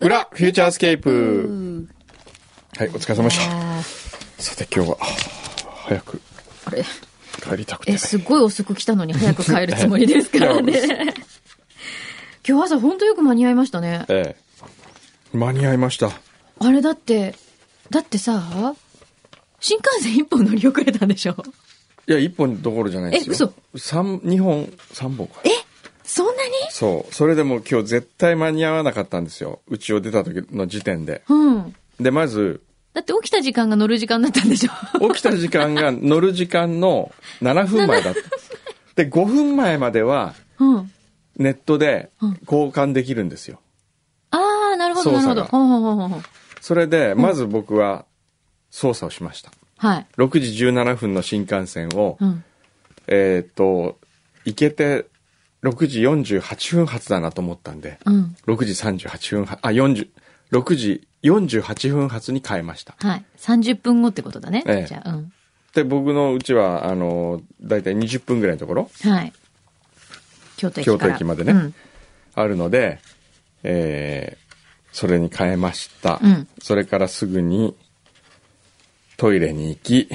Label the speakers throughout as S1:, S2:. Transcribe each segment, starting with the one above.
S1: フューチャースケープ。
S2: ん。
S1: はい、お疲れ様でした。
S2: あ
S1: さて、今日は、早く
S2: ーあれ
S1: 帰りたくて。
S2: え、すごい遅く来たのに早く帰るつもりですからね。 今日朝本当よく間に合いましたね。
S1: ええ。間に合いました。
S2: あれだって、だってさ、新幹線一本乗り遅れたんでしょ
S1: いや、一本どころじゃないですよ。
S2: え嘘
S1: 三、二本、三本か。え
S2: そんなに
S1: そう。それでも今日絶対間に合わなかったんですよ。うちを出た時の時点で。
S2: うん。
S1: で、まず、
S2: だって起きた時間が乗る時間だったんでしょ
S1: 起きた時間が乗る時間の7分前だ った。で、5分前までは、
S2: うん。
S1: ネットで
S2: うん
S1: 交換できるんですよ。
S2: あー、なるほど、
S1: 操
S2: なる
S1: 作
S2: ほど。
S1: が
S2: ほんほんほんほんほん
S1: それで、まず僕は操作をしました。
S2: はい。
S1: 6時17分の新幹線を、
S2: うん。
S1: えっ、と、行けて6時48分発だなと思ったんで、
S2: うん。
S1: 6時38分発、あ、40、6時48分発に変えました。
S2: はい。30分後ってことだね。
S1: ええ
S2: じゃあ、うん。
S1: で、僕のうちは、あの、だいたい20分ぐらいのところ
S2: はい。京都駅から。
S1: 京都駅までね
S2: うん。
S1: あるので、えーそれに変えました。
S2: うん
S1: それからすぐに、トイレに行 き、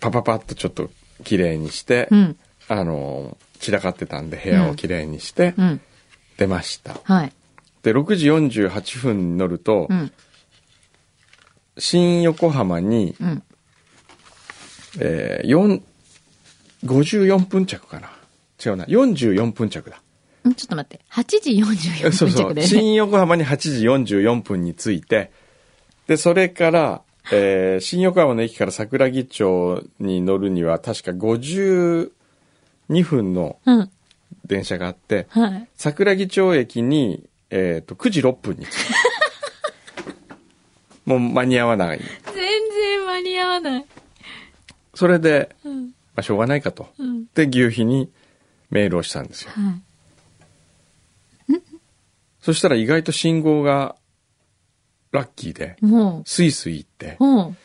S1: パパパッとちょっと綺麗にして、
S2: うん。
S1: あの、散らかってたんで部屋を綺麗にして
S2: う、ん。
S1: 出ました。
S2: はい。
S1: で、6時48分に乗ると、
S2: うん。
S1: 新横浜に、
S2: うん。
S1: えー、4 54分着かな。違うな。44分着だ。
S2: んちょっと待って。8時44
S1: そう
S2: 分
S1: そ
S2: 着
S1: う。
S2: で、ね。
S1: 新横浜に8時44分に着いて、で、それから、えー新横浜の駅から桜木町に乗るには、確か52分の
S2: うん。
S1: 電車があって、
S2: はい。
S1: 桜木町駅に、えっ、と、9時6分に着く。もう間に合わない。
S2: 全然間に合わない。
S1: それで、
S2: うん。
S1: まあ、しょうがないかと。
S2: うん。
S1: で、牛皮にメールをしたんですよ。
S2: はい。
S1: そしたら意外と信号がラッキーで、
S2: も
S1: スイスイ行って
S2: う、、うん。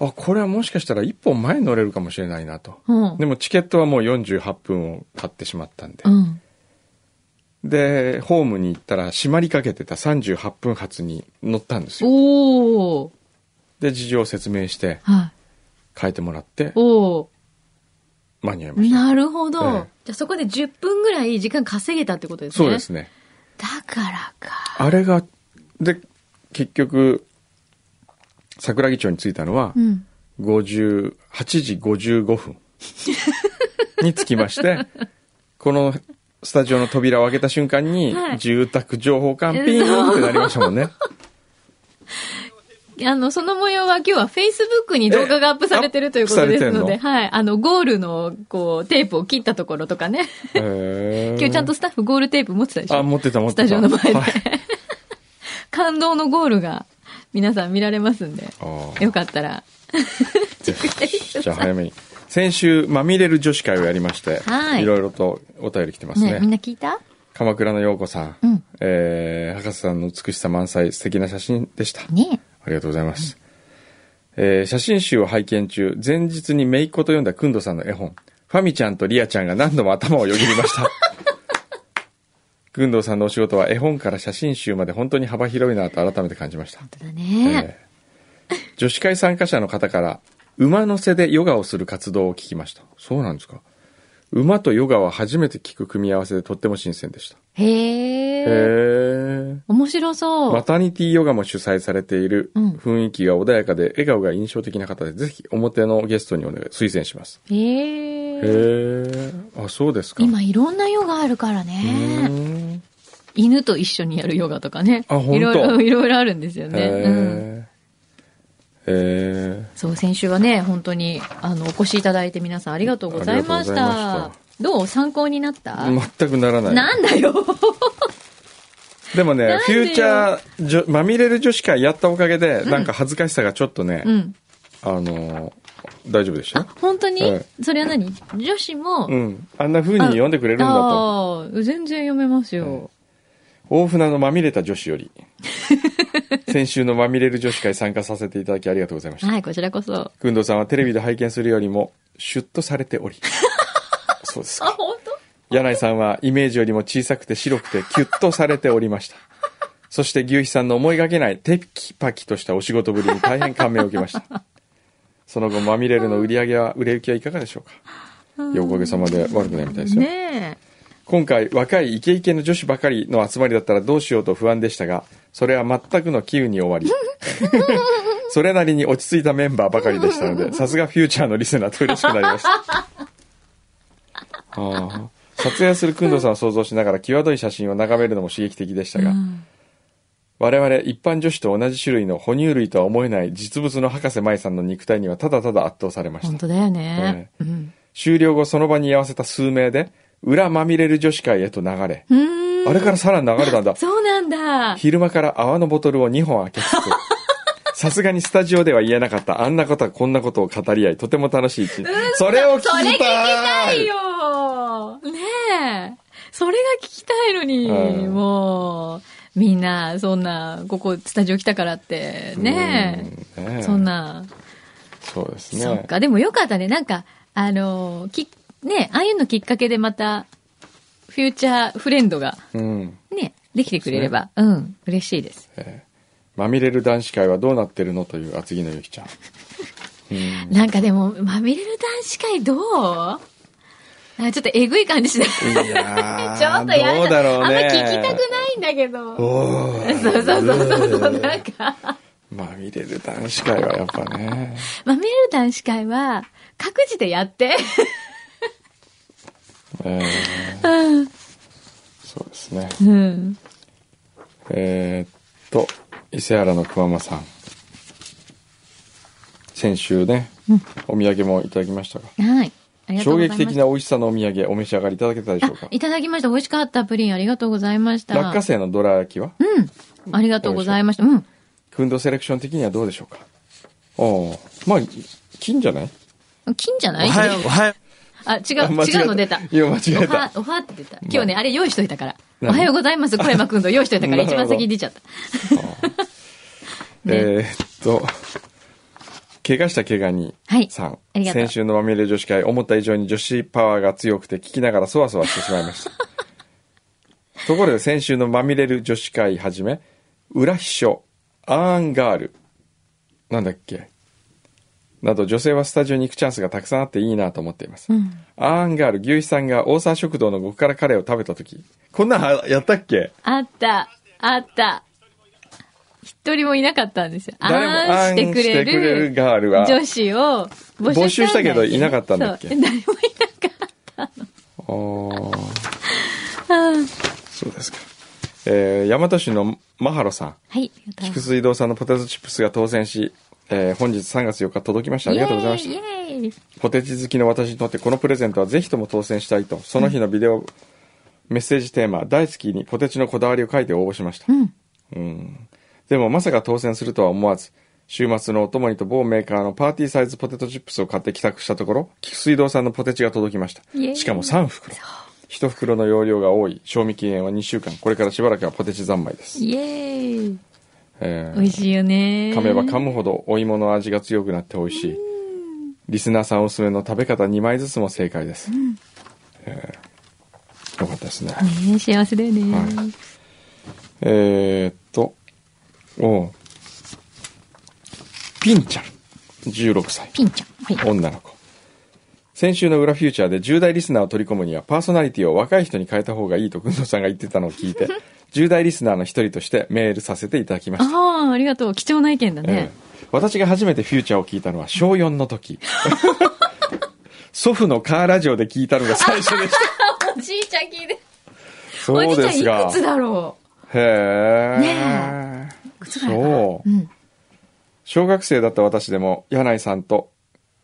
S1: あ、これはもしかしたら一本前に乗れるかもしれないなと。
S2: うん。
S1: でもチケットはもう48分を経ってしまったんで
S2: う。ん。
S1: で、ホームに行ったら閉まりかけてた38分発に乗ったんですよ。
S2: おー。
S1: で、事情を説明して
S2: はい。
S1: 変えてもらって
S2: お
S1: 間に合いま
S2: ー。
S1: した。
S2: なるほど。
S1: ええ
S2: じゃあそこで10分ぐらい時間稼げたってことですね。
S1: そうです
S2: ね。
S1: ね。
S2: だからか。
S1: あれが、で、結局、桜木町に着いたのは
S2: う、ん。
S1: 50 8時55分に着きまして、このスタジオの扉を開けた瞬間に、
S2: はい
S1: 住宅情報館ピーンってなりました もんね。
S2: あの、その模様は今日は Facebook に動画がアップされてるということですの
S1: アップされて
S2: で、
S1: ん
S2: はい。あの、ゴールの、こう、テープを切ったところとかね。
S1: 今
S2: 今日ちゃんとスタッフゴールテープ持ってたでしょ
S1: あ、持ってた持っ
S2: ス
S1: てた。
S2: タジオの前で、
S1: はい
S2: 感動のゴールが皆さん見られますんで、
S1: あー
S2: よかったら。
S1: ぜひじゃあ早めに。先週、まみれる女子会をやりまして、
S2: はい
S1: ろいろとお便り来てます
S2: ね
S1: ね。
S2: みんな聞いた
S1: 鎌倉の陽子さん、
S2: うん
S1: えー博士さんの美しさ満載、素敵な写真でした。
S2: ね
S1: ありがとうございます。えー写真集を拝見中、前日にめいっ子と読んだくんどさんの絵本、ファミちゃんとリアちゃんが何度も頭をよぎりました。 くんどさんのお仕事は絵本から写真集まで本当に幅広いなと改めて感じました。
S2: 本当だね。
S1: えー女子会参加者の方から、馬乗せでヨガをする活動を聞きました。そうなんですか。馬とヨガは初めて聞く組み合わせでとっても新鮮でした。
S2: へえ。
S1: へえ。
S2: 面白そう。
S1: マタニティヨガも主催されている
S2: うん
S1: 雰囲気が穏やかで笑顔が印象的な方で、ぜひ表のゲストにお願い、推薦します。へ
S2: へえ。
S1: え。あ、そうですか。
S2: 今いろんなヨガあるから
S1: うー
S2: ね。
S1: ん
S2: 犬と一緒にやるヨガとかね。
S1: あ本当
S2: いろいろ、いろいろあるんですよね。うん。
S1: へえ。へ
S2: そう、先週はね、本当に、あの、お越しいただいて皆さんありがとうございまし
S1: ありがとうござい
S2: た
S1: ま。
S2: どう参考になった
S1: え。全くならない。
S2: なん だよ。
S1: でもね
S2: な、ん
S1: フ
S2: でよ
S1: ューチャー女、まみれる女子会やったおかげで、なんか恥ずかしさがちょっとね
S2: う、ん。
S1: あのー、大丈夫でした
S2: あ
S1: よ、
S2: 本当に、
S1: え
S2: それは何女子も、
S1: うん。あんな風に読んでくれるんだと。
S2: ああ、全然読めますよ。
S1: 大船のまみれた女子より。先週のまみれる女子会参加させていただきありがとうございました。
S2: はい、こちらこそ。
S1: くんどうさんはテレビで拝見するよりも、シュッとされており。そうです
S2: あ、
S1: か。
S2: 本当
S1: 柳井さんはイメージよりも小さくて白くてキュッとされておりました。そして牛肥さんの思いがけないテキパキとしたお仕事ぶりに大変感銘を受けました。その後、マミレルの売り上げは、売れ行きはいかがでしょうかいや、おかげさまで悪くないみたいですよ。
S2: ね
S1: 今回若いイケイケの女子ばかりの集まりだったらどうしようと不安でしたがそれは全くの機運に終わり それなりに落ち着いたメンバーばかりでしたのでさすがフューチャーのリスナーと嬉しくなりました ああ撮影する工藤さんを想像しながら際どい写真を眺めるのも刺激的でした
S2: え。
S1: が、
S2: うん
S1: 我々一般女子と同じ種類の哺乳類とは思えない実物の博士舞さんの肉体にはただただ圧倒されました
S2: 本当だよね。うん
S1: 終了後その場に居合わせた数名で裏まみれる女子会へと流れ
S2: うーん。
S1: あれからさらに流れたんだ。
S2: そうなんだ。
S1: 昼間から泡のボトルを2本開け つつ、さすがにスタジオでは言えなかったあんなことはこんなことを語り合い、とても楽しい一日。それを聞き
S2: それ聞
S1: たい
S2: きたいよねえ。それが聞きたいのに、
S1: うん
S2: もう、みんな、そんな、ここ、スタジオ来たからって、ね
S1: うん
S2: え。
S1: ね
S2: そんな、
S1: そうです
S2: そっ
S1: ね。
S2: か、でもよかったね。なんか、あの、き、ねえああいうのきっかけでまた、フューチャーフレンドが、
S1: うん。
S2: ね、できてくれれば、うん、嬉しいです。
S1: まみれる男子会はどうなってるのという厚木のゆき ちゃん。うん
S2: なんかでも、まみれる男子会どうあちょっとえぐい感じしない。
S1: いやー
S2: ちょっとやだ
S1: どうだろうね。
S2: あんま聞きたくないんだけど。
S1: おー
S2: そうそうそうそうそう、なんか、
S1: まみれる男子会はやっぱね。
S2: まみれる男子会は、各自でやって。
S1: えーそうですね。
S2: うん。
S1: えーっと、伊勢原の熊間さん。先週ね、お土産もいただきましたが、
S2: はい。ありがとう
S1: 衝
S2: ございま
S1: 撃
S2: す。
S1: 的な美味しさのお土産お召し上がりいただけたでしょう
S2: あ
S1: か、
S2: いただきました。美味しかったプリン、ありがとうございました。
S1: 落花生のどら焼きは、
S2: うん。ありがとうございました。うん。
S1: くんどセレクション的にはどうでしょうかおまあ、金じゃない
S2: 金じゃ
S3: お
S2: ない
S3: はよう、おはよ
S2: あ、違
S1: あ
S2: う、
S1: 間違えた
S2: 違うの出た。
S1: いや間違えた
S2: おは、おはって出た。今日ね、あれ用意しといたから。お
S1: 何
S2: はようございます、小山くんの用意しといたか ら、
S1: なるほど
S2: 一番先に出ちゃった。ね
S1: えーっと、怪我した怪我に
S2: はい
S1: さん、
S2: ありがとう
S1: 先週のまみれ女子会、思った以上に女子パワーが強くて聞きながらそわそわしてしまいました。 ところで先週のまみれる女子会はじめ、裏秘書、アーンガール、なんだっけ、など女性はスタジオに行くチャンスがたくさんあっていいなと思っています。
S2: うん。
S1: アーンガール、牛肥さんが大沢食堂の極辛カレーを食べた時こんなんやったっけ
S2: あった、あった。一人もいなかったんですよ。あ
S1: 誰も
S2: ーんしてくれ
S1: あーんしてくれ
S2: る
S1: るガールは
S2: 女子を募集
S1: 募集したけどいなかったんだっけ
S2: そう誰もいなかっ
S1: あー
S2: た。うん
S1: そうですか。えー、大和市のマハロさん。
S2: はい、ありがとうございま
S1: 菊
S2: す。
S1: 水道さんのポテトチップスが当選し、えー本日3月4日届きました。ありがとうございま
S2: イエ
S1: し
S2: ーイイエーイ
S1: た。ポテチ好きの私にとってこのプレゼントはぜひとも当選したいと、その日のビデオメッセージテーマ、大好きにポテチのこだわりを書いて応募しました。
S2: ん
S1: うんでもまさか当選するとは思わず、週末のお供にと某メーカーのパーティーサイズポテトチップスを買って帰宅したところ、菊水道さんのポテチが届きました
S2: イエー。イ
S1: しかも3袋。1袋の容量が多い。賞味期限は2週間。これからしばらくはポテチ三昧です。
S2: イエーイ
S1: えー
S2: 美味しいよね。
S1: 噛めば噛むほどお芋の味が強くなって美味しいリスナーさんおすすめの食べ方2枚ずつも正解です、えーよかったですね、
S2: ね幸せだよね。
S1: はいえーっとおうピンちゃん16歳
S2: ピンちゃん。はい。
S1: 女の子先週の「裏フューチャー」で10代リスナーを取り込むにはパーソナリティを若い人に変えた方がいいとくんどさんが言ってたのを聞いて10代リスナーの一人としてメールさせていただきました
S2: ああ、ありがとう。貴重な意見だね
S1: え。え私が初めてフューチャーを聞いたのは小4の 時祖父のカーラジオで聞いたのが最初でした
S2: おじいちゃん聞いて。おじ
S1: そ
S2: いうちゃ
S1: で
S2: んい
S1: すが
S2: くつだろ
S1: へえ、
S2: ねういくつだ
S1: そ
S2: ろ
S1: う
S2: うん。
S1: 小学生だった私でも柳井さんと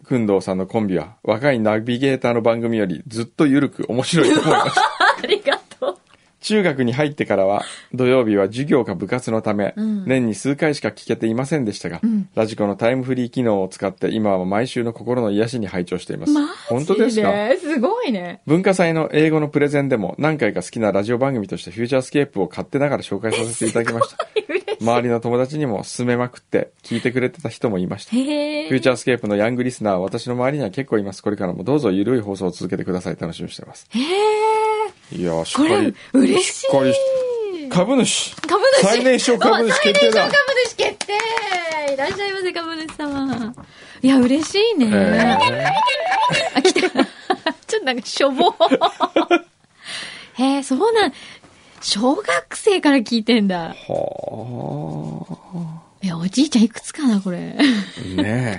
S1: 工藤さんのコンビは若いナビゲーターの番組よりずっと緩く面白いと思いました
S2: ありがとう。
S1: 中学に入ってからは土曜日は授業か部活のため、
S2: うん
S1: 年に数回しか聞けていませんでしたが、
S2: うん
S1: ラジコのタイムフリー機能を使って今は毎週の心の癒しに拝聴しています
S2: マジ
S1: 本当ですか
S2: すごいね。
S1: 文化祭の英語のプレゼンでも何回か好きなラジオ番組としてフューチャースケープを買ってながら紹介させていただきました 周りの友達にも勧めまくって聞いてくれてた人もいました
S2: へえ。
S1: フューチャースケープのヤングリスナーは私の周りには結構いますこれからもどうぞゆるい放送を続けてください楽しみにしてます
S2: へえ。
S1: いやー、し
S2: こ
S1: っか
S2: れ
S1: り。、
S2: 嬉しい
S1: しっかりし株主。
S2: 株主
S1: 最年少株主決定だ
S2: お最年少株主決定いらっしゃいませ、株主様。いや、嬉しいね。
S1: え
S2: あ、来た。ちょっとなんか、し ょぼ。へえ、そうなん。小学生から聞いてんだ。
S1: ー、はい
S2: や、おじいちゃんいくつかな、これ。
S1: あ。ねえ。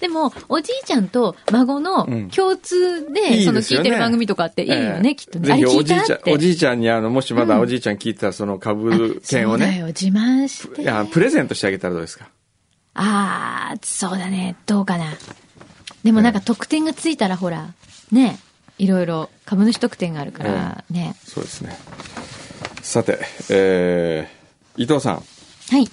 S2: でも、おじいちゃんと孫の
S1: うん
S2: 共通で、
S1: いい
S2: その
S1: です
S2: 聞
S1: よ
S2: い
S1: ね
S2: てる番組とかっていいよね、
S1: ええ
S2: きっとね。
S1: ぜひ
S2: あれ聞
S1: お
S2: い
S1: じい
S2: た
S1: ちゃ
S2: っ
S1: ん、お
S2: て。
S1: じいちゃんに、あの、もしまだおじいちゃん聞いてたら、その株券
S2: そ
S1: を
S2: うだ
S1: ね、
S2: よ、自慢して。
S1: いや、プレゼントしてあげたらどうですか
S2: あー、そうだね。どうかな。でもなんか特典がついたらほら、ね、いろいろ株主特典があるから、ね。
S1: そうですね。さて、えー、伊藤さん、
S2: はい。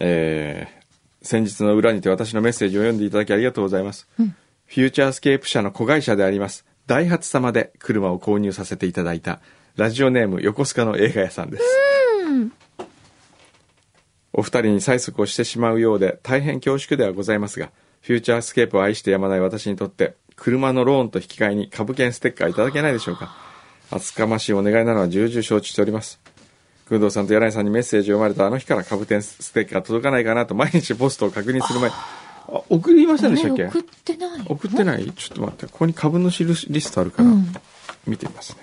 S1: えー、先日の裏にて私のメッセージを読んでいただきありがとうございます。
S2: うん
S1: フューチャースケープ社の子会社であります、ダイハツ様で車を購入させていただいた、ラジオネーム横須賀の映画屋さんです。お二人に催促をしてしまうようで大変恐縮ではございますが、フューチャースケープを愛してやまない私にとって、車のローンと引き換えに株券ステッカーいただけないでしょうか。厚かましいお願いなのは重々承知しております。工藤さんと柳井さんにメッセージを読まれたあの日から株券ステッカー届かないかなと毎日ポストを確認する前、あ送りませんでしたっけ
S2: あれ送ってない。
S1: 送ってないちょっと待ってここに株主リストあるか
S2: う
S1: ら
S2: ん。
S1: 見てみますね、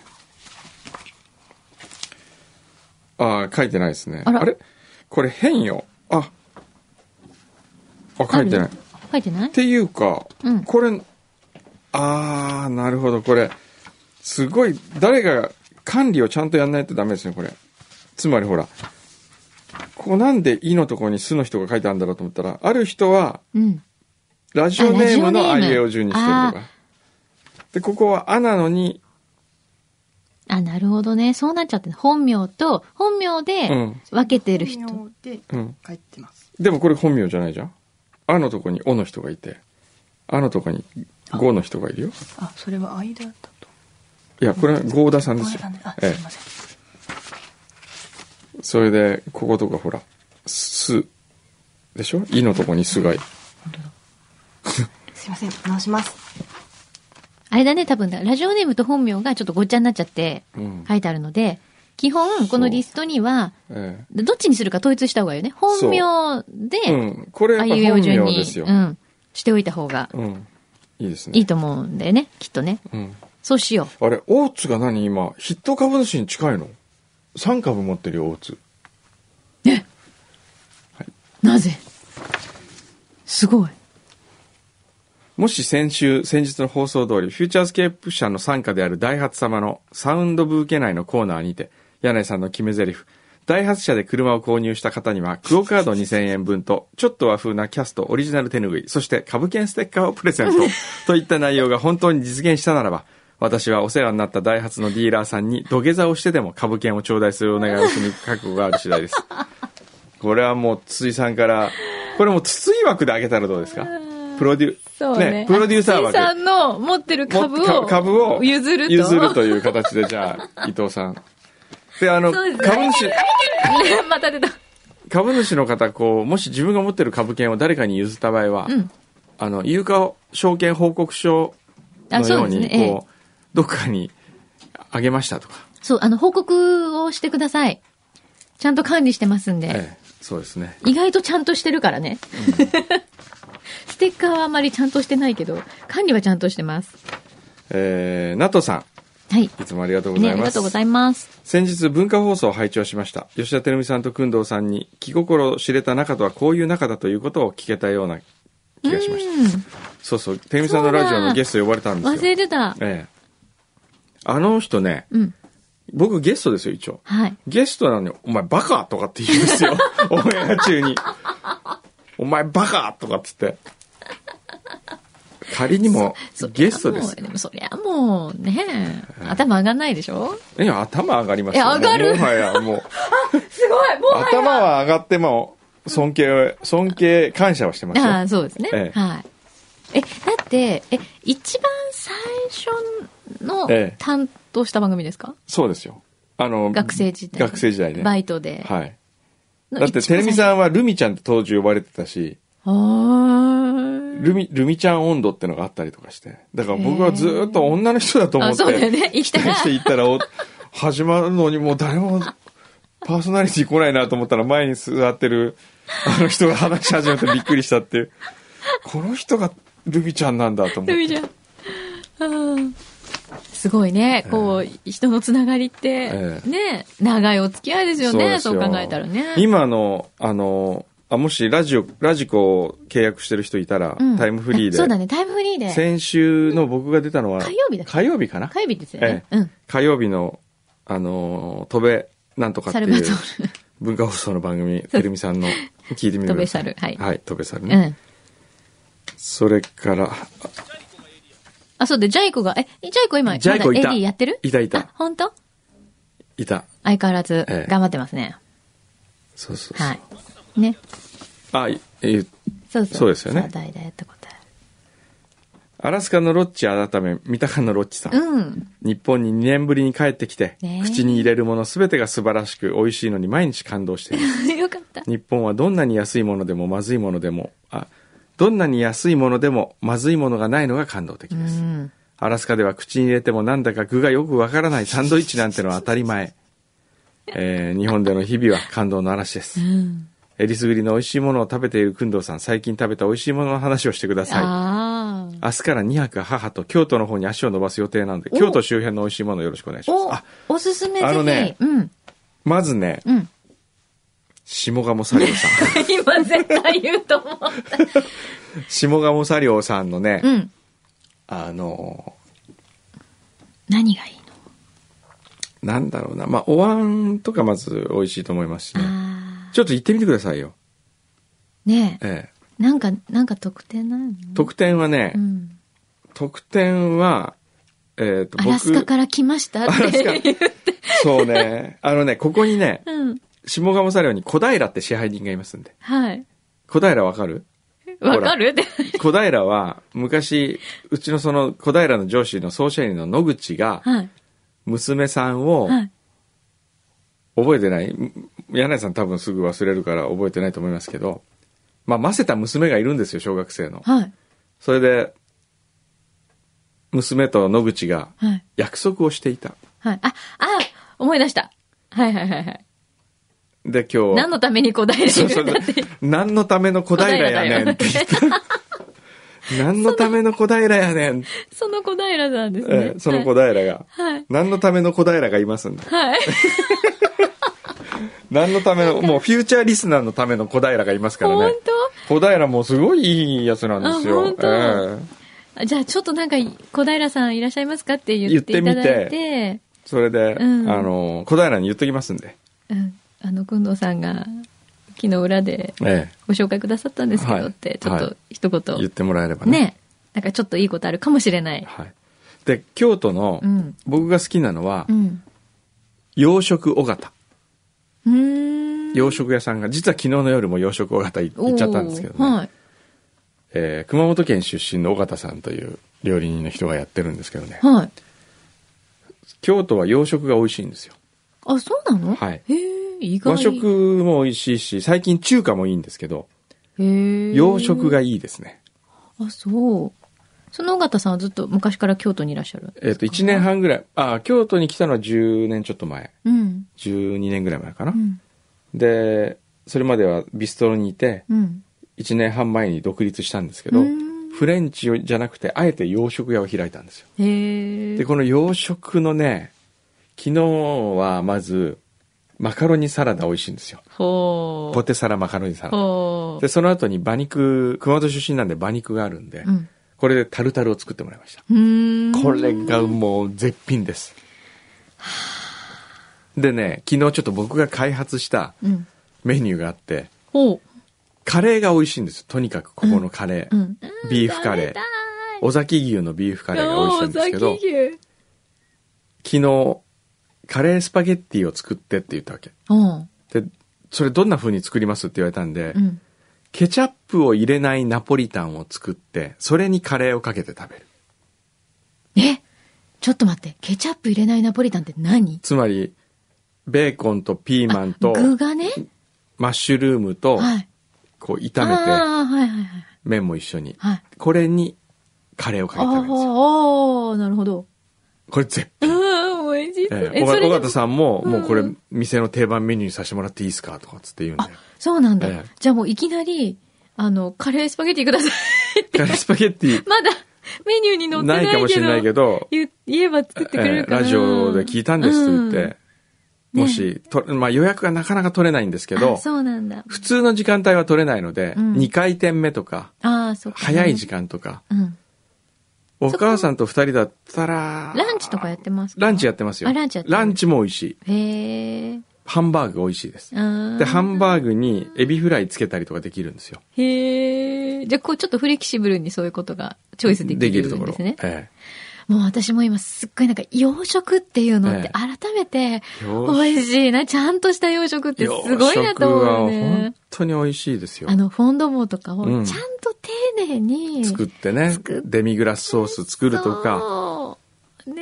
S1: ああ書いてないですね
S2: あ
S1: あ
S2: ら
S1: れこれ変よああ書いてない
S2: あ
S1: っ
S2: る。書いてない
S1: ていうか、
S2: うん
S1: これああなるほどこれすごい誰が管理をちゃんとやんないとダメですねこれつまりほらここなんで「い」のところに「す」の人が書いてあるんだろうと思ったらある人は
S2: うん。
S1: ラジオネームのあ
S2: あラジオネーム
S1: いうえを順にしてるとか。で、ここはあなのに、
S2: あ、なるほどね。そうなっちゃってる本名と、本名
S1: う
S2: で
S1: ん
S2: 分けてる人。
S3: 本名で
S1: うん。
S3: 書いてます。
S1: でもこれ本名じゃないじゃん。あのとこにおの人がいて、あのとこにごの人がいるよ。
S3: あ、それは間だと。
S1: いや、これはゴーダさんですよ
S3: 間ね。あ、。す
S1: え
S3: みません。
S1: え。それで、こことかほら、す、でしょいのとこにすがい。
S3: すみません。直します。
S2: あれだね、多分だ、ラジオネームと本名がちょっとごっちゃになっちゃって
S1: うん
S2: 書いてあるので、基本、このリストには、
S1: え
S2: どっちにするか統一した方がいいよね。本名で、
S1: え。うん。これや
S2: あ
S1: っ
S2: い
S1: ぱ
S2: うえ
S1: 本
S2: お順
S1: 名で
S2: に
S1: す、よ
S2: う。ん、しておいた方が
S1: うん。いいですね。
S2: いいと思うんだよね、きっとね。
S1: うん。
S2: そうしよ
S1: あれ、大津が何今、筆頭株主に近いの ?3 株持ってるよ、大津。
S2: う。なぜすごい。
S1: もし先週、先日の放送通り、フューチャースケープ社の傘下であるダイハツ様のサウンドブーケ内のコーナーにて、柳井さんの決め台詞、ダイハツ社で車を購入した方には、クオカード2000円分と、ちょっと和風なキャストオリジナル手拭い、そして株券ステッカーをプレゼント、といった内容が本当に実現したならば、私はお世話になったダイハツのディーラーさんに土下座をしてでも株券を頂戴するお願いをしに行く覚悟がある次第です。これはもう筒井さんから、これもう筒井枠であげたらどうですかプロデュ、
S2: そうね。
S1: プロデューサー枠。
S2: 筒井さんの持ってる株
S1: もっ
S2: を、
S1: と株を
S2: 譲ると。
S1: 譲るという形で、じゃあ、伊藤さ ん。で、あの、
S2: そうですね
S1: 株主、
S2: また出た。
S1: 株主の方、こう、もし自分が持ってる株券を誰かに譲った場合は、
S2: うん
S1: あの、有価証券報告書
S2: あ
S1: の
S2: そ
S1: よ
S2: う
S1: う
S2: です
S1: に、
S2: ねええ
S1: こう、どっかにあげましたとか。
S2: そう、あの、報告をしてください。ちゃんと管理してますんで。
S1: ええ、そうですね。
S2: 意外とちゃんとしてるからね。 ステッカーはあまりちゃんとしてないけど、管理はちゃんとしてます。
S1: えー、ナトさ
S2: はい。
S1: ん、いつもありがとうござ
S2: ね、
S1: い
S2: あり
S1: ま
S2: が
S1: す。
S2: とうございます。
S1: 先日文化放送を拝聴しました吉田照美さんと工藤さんに気心を知れた仲とはこういう仲だということを聞けたような気がしましたそうそう照美さんのラジオのゲスト呼ばれたんですよ
S2: 忘れてた。
S1: ええあの人ね
S2: うん。
S1: 僕ゲストですよ一応
S2: はい。
S1: ゲストなのに「お前バカ!」とかって言うんです よオンエア中に「お前バカ!」とかっつって仮にも
S2: そ
S1: ゲストです
S2: もうでもそりゃもうね、頭上がんないでしょ
S1: いや頭上がりますよ
S2: いや上がる
S1: もはやもう
S2: すごいも
S1: 頭は上がっても尊敬を尊敬感謝はしてますよ
S2: ああ、そうですね。
S1: ええ
S2: はい。え、だって、え、一番最初の
S1: ええ
S2: 担当した番組ですか、
S1: そうですよあの
S2: 学生時代。
S1: 学生時代ね
S2: バイトで。
S1: はい
S2: の
S1: だってテレビ
S2: 一
S1: さんはルミちゃんって当時呼ばれてたし
S2: 番最初。
S1: ルミルミちゃん温度ってのがあったりとかしてだから僕はずーっと女の人だと思って
S2: あそうだよね生きたら
S1: 期待していったらお始まるのにもう誰もパーソナリティ来ないなと思ったら前に座ってるあの人が話し始めてびっくりしたっていうこの人がルビちゃんなんだと思って
S2: ルビちゃんあー。すごいね。こう、人のつながりって、
S1: ええ
S2: ね、長いお付き合いですよね。
S1: です
S2: そう
S1: よ
S2: 考えたらね。
S1: 今のあのあもしラジオラジコを契約してる人いたら、
S2: うん
S1: タイムフリー
S2: あ
S1: で
S2: そうだね、タイムフリーで。
S1: 先週の僕が出たのは
S2: 火曜日だっけ
S1: 火曜日かな
S2: 火曜日ですよね。
S1: ええ
S2: うん。
S1: 火曜日のあの戸部なんとかって
S2: サル
S1: い
S2: バト
S1: う
S2: ール。
S1: 文化放送の番組てるみさんの聞いてみてください
S2: 戸部猿はい
S1: はい戸部猿ね、
S2: うん。
S1: それから
S2: あ、そうで、ジャイコが、え、ジャイコ今、
S1: ジャイコいた
S2: まだエディやってる
S1: いたいた
S2: あ、本当
S1: いた
S2: 相変わらず、
S1: ええ
S2: 頑張ってますね。
S1: そうそうそう、
S2: はい。ね。
S1: あいえ
S2: そうそう。
S1: そうですよね
S2: そう代々やったこと
S1: アラスカのロッチ改め三鷹のロッチさん、
S2: あるうん。
S1: 日本に2年ぶりに帰ってきて、
S2: ねえ
S1: 口に入れるもの全てが素晴らしく美味しいのに毎日感動しています
S2: よかった。
S1: 日本はどんなに安いものでもまずいものでもあどんなに安いものでもまずいものがないのが感動的
S2: う
S1: です、
S2: ん。
S1: アラスカでは口に入れてもなんだか具がよくわからないサンドイッチなんてのは当たり 前、えー日本での日々は感動の嵐です
S2: うん。
S1: えりすぐりの美味しいものを食べている工藤さん最近食べた美味しいものの話をしてください
S2: ああ。
S1: 明日から2泊母と京都の方に足を伸ばす予定なので
S2: お
S1: 京都周辺の美味しいものをよろしくお願いします
S2: お
S1: あ、
S2: おすすめぜ
S1: あの
S2: ひ。
S1: ね
S2: うん。
S1: まずね
S2: うん。
S1: 下鴨サリオさん
S2: 今絶対言うと思う。
S1: 下鴨サリオさんのね、
S2: うん。
S1: あの
S2: 何がいいの
S1: なんだろうな。まあ、お椀とかまず美味しいと思いますしね。
S2: ああ。
S1: ちょっと行ってみてくださいよ。
S2: ね
S1: え
S2: え。
S1: え。
S2: なんか、なんか特典ないの
S1: 特典はね、
S2: うん。
S1: 特典は、えっ、と、
S2: アラスカから来ました
S1: アラ
S2: っ
S1: スカ
S2: ていう。
S1: そうね。あのね、ここにね、
S2: うん。
S1: 下鴨サリオに小平って支配人がいますんで。
S2: はい。
S1: 小平わかる
S2: わかるって。
S1: 小平は、昔、うちのその小平の上司の総社員の野口が、
S2: はい。
S1: 娘さんを、
S2: はい。
S1: 覚えてない柳井さん多分すぐ忘れるから覚えてないと思いますけど、まあ、ませた娘がいるんですよ、小学生の。
S2: はい。
S1: それで、娘と野口が
S2: はい。
S1: 約束をしていた。
S2: はい。あ、あ、思い出した。はいはいはいはい。
S1: で、今日。
S2: 何のために答え
S1: そ
S2: る
S1: うそ
S2: ん
S1: う
S2: だっていう。
S1: 何のための小平やねんって言った。何のための小平やねん。
S2: その小平さんです
S1: え
S2: ね。
S1: えその小平が。
S2: はい。
S1: 何のための小平がいますんで。
S2: はい。
S1: 何のための、もうフューチャーリスナーのための小平がいますから
S2: 本
S1: ね。小平もすごいいいやつなんですよ。
S2: あ本当
S1: ええ
S2: 当じゃあちょっとなんか、小平さんいらっしゃいますかって言っていただ
S1: 言
S2: いて、
S1: ってみそれで、
S2: うん
S1: あの、小平に言っときますんで。
S2: うん。あの、くんどさんが、昨日裏で
S1: え
S2: ご紹介くださったんですけ
S1: は
S2: ど
S1: い
S2: って、ちょっ
S1: は
S2: と
S1: い
S2: 一
S1: え言っ
S2: 言。
S1: てもらえればね。
S2: ね。なんかちょっといいことあるかもしれない。
S1: はい。で、京都の、
S2: うん。
S1: 僕が好きなのは、
S2: うん。
S1: 洋食尾形
S2: うーん。
S1: 洋食屋さんが実は昨日の夜も洋食尾形行っちゃったんですけどね、
S2: おーはい。
S1: えー熊本県出身の尾形さんという料理人の人がやってるんですけどね
S2: はい。
S1: 京都は洋食が美味しいんですよ
S2: あ、そうなの
S1: はい
S2: へえ、意外
S1: 和食も美味しいし最近中華もいいんですけど
S2: へえ。
S1: 洋食がいいですね
S2: あ、そう。その尾形さんはずっと昔から京都にいらっしゃる。
S1: えっ、と1年半ぐらいあ京都に来たのは10年ちょっと前
S2: うん。
S1: 12年ぐらい前かな、
S2: うん。
S1: でそれまではビストロにいて
S2: うん。
S1: 1年半前に独立したんですけど、
S2: うん
S1: フレンチじゃなくてあえて洋食屋を開いたんですよ
S2: へえ。
S1: で、この洋食のね、昨日はまず、マカロニサラダ美味しいんですよ。
S2: ほう。
S1: ポテサラマカロニサラ
S2: ほ
S1: ダ。
S2: う
S1: で、。その後に馬肉、熊本出身なんで馬肉があるんで、
S2: うん。
S1: これでタルタルを作ってもらいました。
S2: うーん。
S1: これがもう絶品です。でね、昨日ちょっと僕が開発した
S2: うん。
S1: メニューがあって、
S2: ほ
S1: カレーが美味しいんですよ。とにかくここのカレー。
S2: う。うん。
S1: ビーフカレー。尾崎牛のビーフカレーが美味しいんですけど、
S2: 牛。
S1: 昨日、カレースパゲッティを作ってって言ったわけ。
S2: うん。
S1: で、それどんな風に作りますって言われたんで、
S2: うん。
S1: ケチャップを入れないナポリタンを作って、それにカレーをかけて食べる。
S2: えちょっと待って。ケチャップ入れないナポリタンって何
S1: つまり、ベーコンとピーマンと
S2: 具がね。
S1: マッシュルームと、
S2: はい。
S1: こう
S2: あ
S1: 炒
S2: あ
S1: めて、
S2: ー、はいはいはい。
S1: 麺も一緒に。
S2: はい。
S1: これにカレーをかけて
S2: あ
S1: 食べ
S2: あ
S1: るんですよ。
S2: ー、なるほど。
S1: これ絶
S2: うん、美味しい。
S1: ええ
S2: え、
S1: 尾
S2: そ
S1: 形
S2: れ
S1: 尾
S2: で
S1: 形さんも、
S2: うん
S1: もうこれ、店の定番メニューにさせてもらっていいですかとかっつって言うんで。
S2: そうなんだ
S1: ええ。
S2: じゃあもういきなり、あの、カレースパゲティください って、
S1: スパゲッティ、
S2: まだメニューに載ってな
S1: ない
S2: け
S1: い
S2: ど。
S1: かもしれないけど、
S2: 言言えば作ってくれるかな、
S1: ええラジオで聞いたんですって言って、
S2: うん
S1: もし、とまあ予約がなかなか取れないんですけ
S2: うん、
S1: ど
S2: あ、そうなんだ。
S1: 普通の時間帯は取れないので、
S2: うん
S1: 2回転目とか、
S2: ああ、そっか。
S1: 早い時間とか、
S2: うん。
S1: お母さんと2人だったら、
S2: ランチとかやってますか
S1: ランチやってますよ。
S2: あランチやってる
S1: ランチも美味しい。
S2: へえ。
S1: ハンバーグ美味しいです。
S2: で
S1: で、ハン
S2: ー
S1: バーグにエビフライつけたりとかできるんですよ。
S2: グ。へえ。じゃあ、こう、ちょっとフレキシブルにそういうことがチョイスできるんですね。
S1: え
S2: もう私も今すっごいなんか洋食っていうのって
S1: ええ
S2: 改めて
S1: え洋食
S2: 美味しいな。ちゃんとした洋食ってすごいなと思う
S1: 洋食は
S2: ね
S1: 本。当に美味しいですよ
S2: あ。の、フォンドボーとかを
S1: うん
S2: ちゃんと丁寧に。
S1: 作ってね
S2: 作っ、
S1: デミグラスソース作るとか、
S2: そう。ね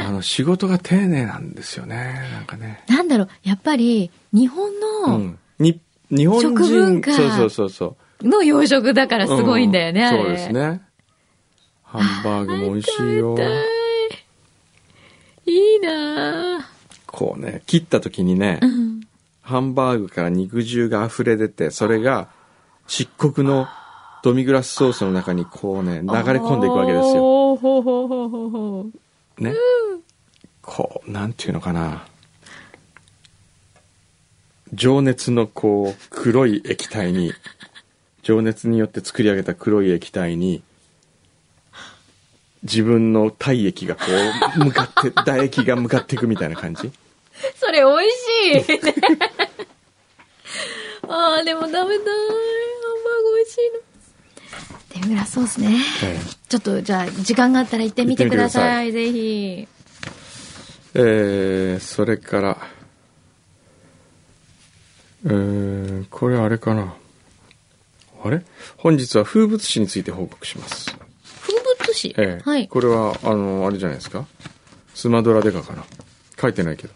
S2: え
S1: あの、仕事が丁寧なんですよね、なんかね。
S2: なんだろう、やっぱり日本
S1: う
S2: の、
S1: ん。に、日本人、
S2: 食文化
S1: そうそうそうそう。
S2: の洋食だからすごいんだよ
S1: う
S2: ね、あれ。
S1: そうですね。ハンバーグも美味しいよ
S2: 食べ。たい。いいなあ
S1: こうね、切った時にね、
S2: うん。
S1: ハンバーグから肉汁が溢れ出て、それが漆黒のドミグラスソースの中にこうね、流れ込んでいくわけですよ。
S2: おーほうほうほうほうほう
S1: ね。こう、なんていうのかな。情熱のこう、黒い液体に、情熱によって作り上げた黒い液体に、自分の体液がこう、向かって、唾液が向かっていくみたいな感じ。
S2: それ美味しい、ね、 ああ、でも食べたい。ハンバーグ美味しいな。デミグラスソースね。
S1: ええ
S2: ちょっとじゃあ、時間があったら行ってみてください、ぜひ。
S1: えー、それから、えー、これあれかな。あれ本日は風物詩について報告します。
S2: 風物詩、
S1: えー
S2: はい。
S1: これは、あの、あれじゃないですか。スマドラデカかな。書いてないけど。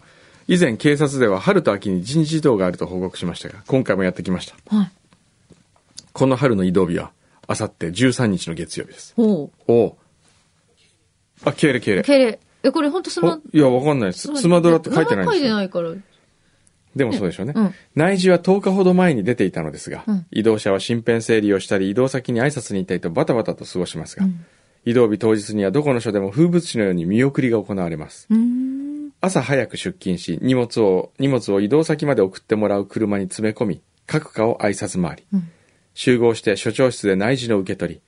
S1: 以前、警察では春と秋に人事異動があると報告しましたが、今回もやってきました。
S2: はい。
S1: この春の移動日は、あさって13日の月曜日です。
S2: ほ
S1: おおあ、敬礼敬
S2: う。
S1: 礼。
S2: けれ。え、これほんとスマ
S1: お、いや、わかんないです。スマドラって書いてないん
S2: 名前
S1: です
S2: 書いて
S1: よ。
S2: ないから。
S1: でもそうでしょうね。
S2: うん
S1: 内示は10日ほど前に出ていたのですが、
S2: うん
S1: 移動車は身辺整理をしたり、移動先に挨拶に行ったりとバタバタと過ごしますが、
S2: うん
S1: 移動日当日にはどこの署でも風物詩のように見送りが行われます。
S2: うーん。
S1: 朝早く出勤し、荷物を、荷物を移動先まで送ってもらう車に詰め込み、各課を挨拶回り、
S2: うん
S1: 集合して署長室で内示の受け取り、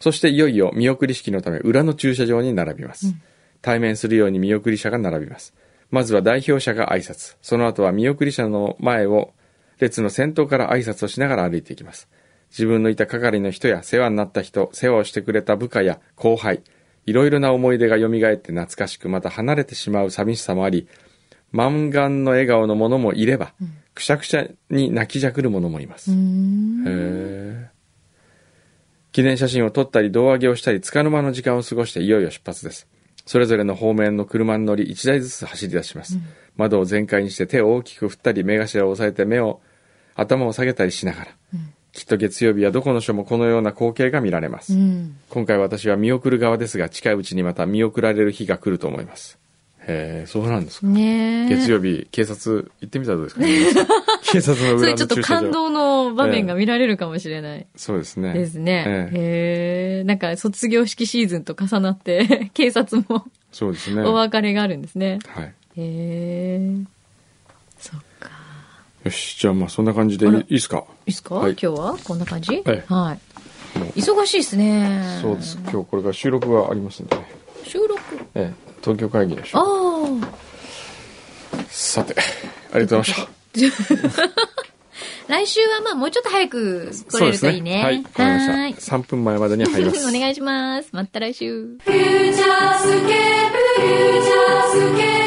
S1: そしていよいよ見送り式のため裏の駐車場に並びます。対面するように見送り者が並びます。まずは代表者が挨拶、その後は見送り者の前を列の先頭から挨拶をしながら歩いていきます。自分のいた係の人や世話になった人、世話をしてくれた部下や後輩、いろいろな思い出が蘇って懐かしくまた離れてしまう寂しさもあり、満願の笑顔の者もいれば、くしゃくしゃに泣きじゃくる者もいます。
S2: うーん。
S1: へえ記念写真を撮ったり胴上げをしたりつかの間の時間を過ごしていよいよ出発ですそれぞれの方面の車に乗り1台ずつ走り出します、窓を全開にして手を大きく振ったり目頭を押さえて目を頭を下げたりしながら、きっと月曜日はどこの署もこのような光景が見られます、
S2: うん。
S1: 今回私は見送る側ですが近いうちにまた見送られる日が来ると思いますへえそうなんですか、
S2: ねえ。
S1: 月曜日警察行ってみたらどうですか、ね、 警察の
S2: そ
S1: 裏
S2: れ
S1: の
S2: ちょっと
S1: 駐車
S2: 感
S1: 場
S2: 動の場面が見られるかもしれない
S1: そうですね
S2: ですね。
S1: ええ
S2: へえ。なんか卒業式シーズンと重なって、 警察も
S1: そうですね。
S2: お
S1: は
S2: 別れがあるんですね。
S1: い。
S2: へえ。そっか。
S1: よし、じゃあまあそんな感じでい
S2: あら
S1: いですか。
S2: いいですか、
S1: はい
S2: 今日はこんな感じ、
S1: ええ
S2: はい
S1: もう。
S2: 忙しいですね。
S1: そうです。今日これから収録がありますんでね。
S2: 収録。
S1: ええ、東京会議でし
S2: あ
S1: ょ。
S2: あ。
S1: さて、ありがとうございました。
S2: 来週はまあもうちょっと早く 来れるといいね。
S1: はい、わかりまし
S2: は
S1: た。三分前までには入り ま
S2: ーい
S1: す。
S2: お願いします。また来週。
S4: 「フューチャースケープフューチャースケープル」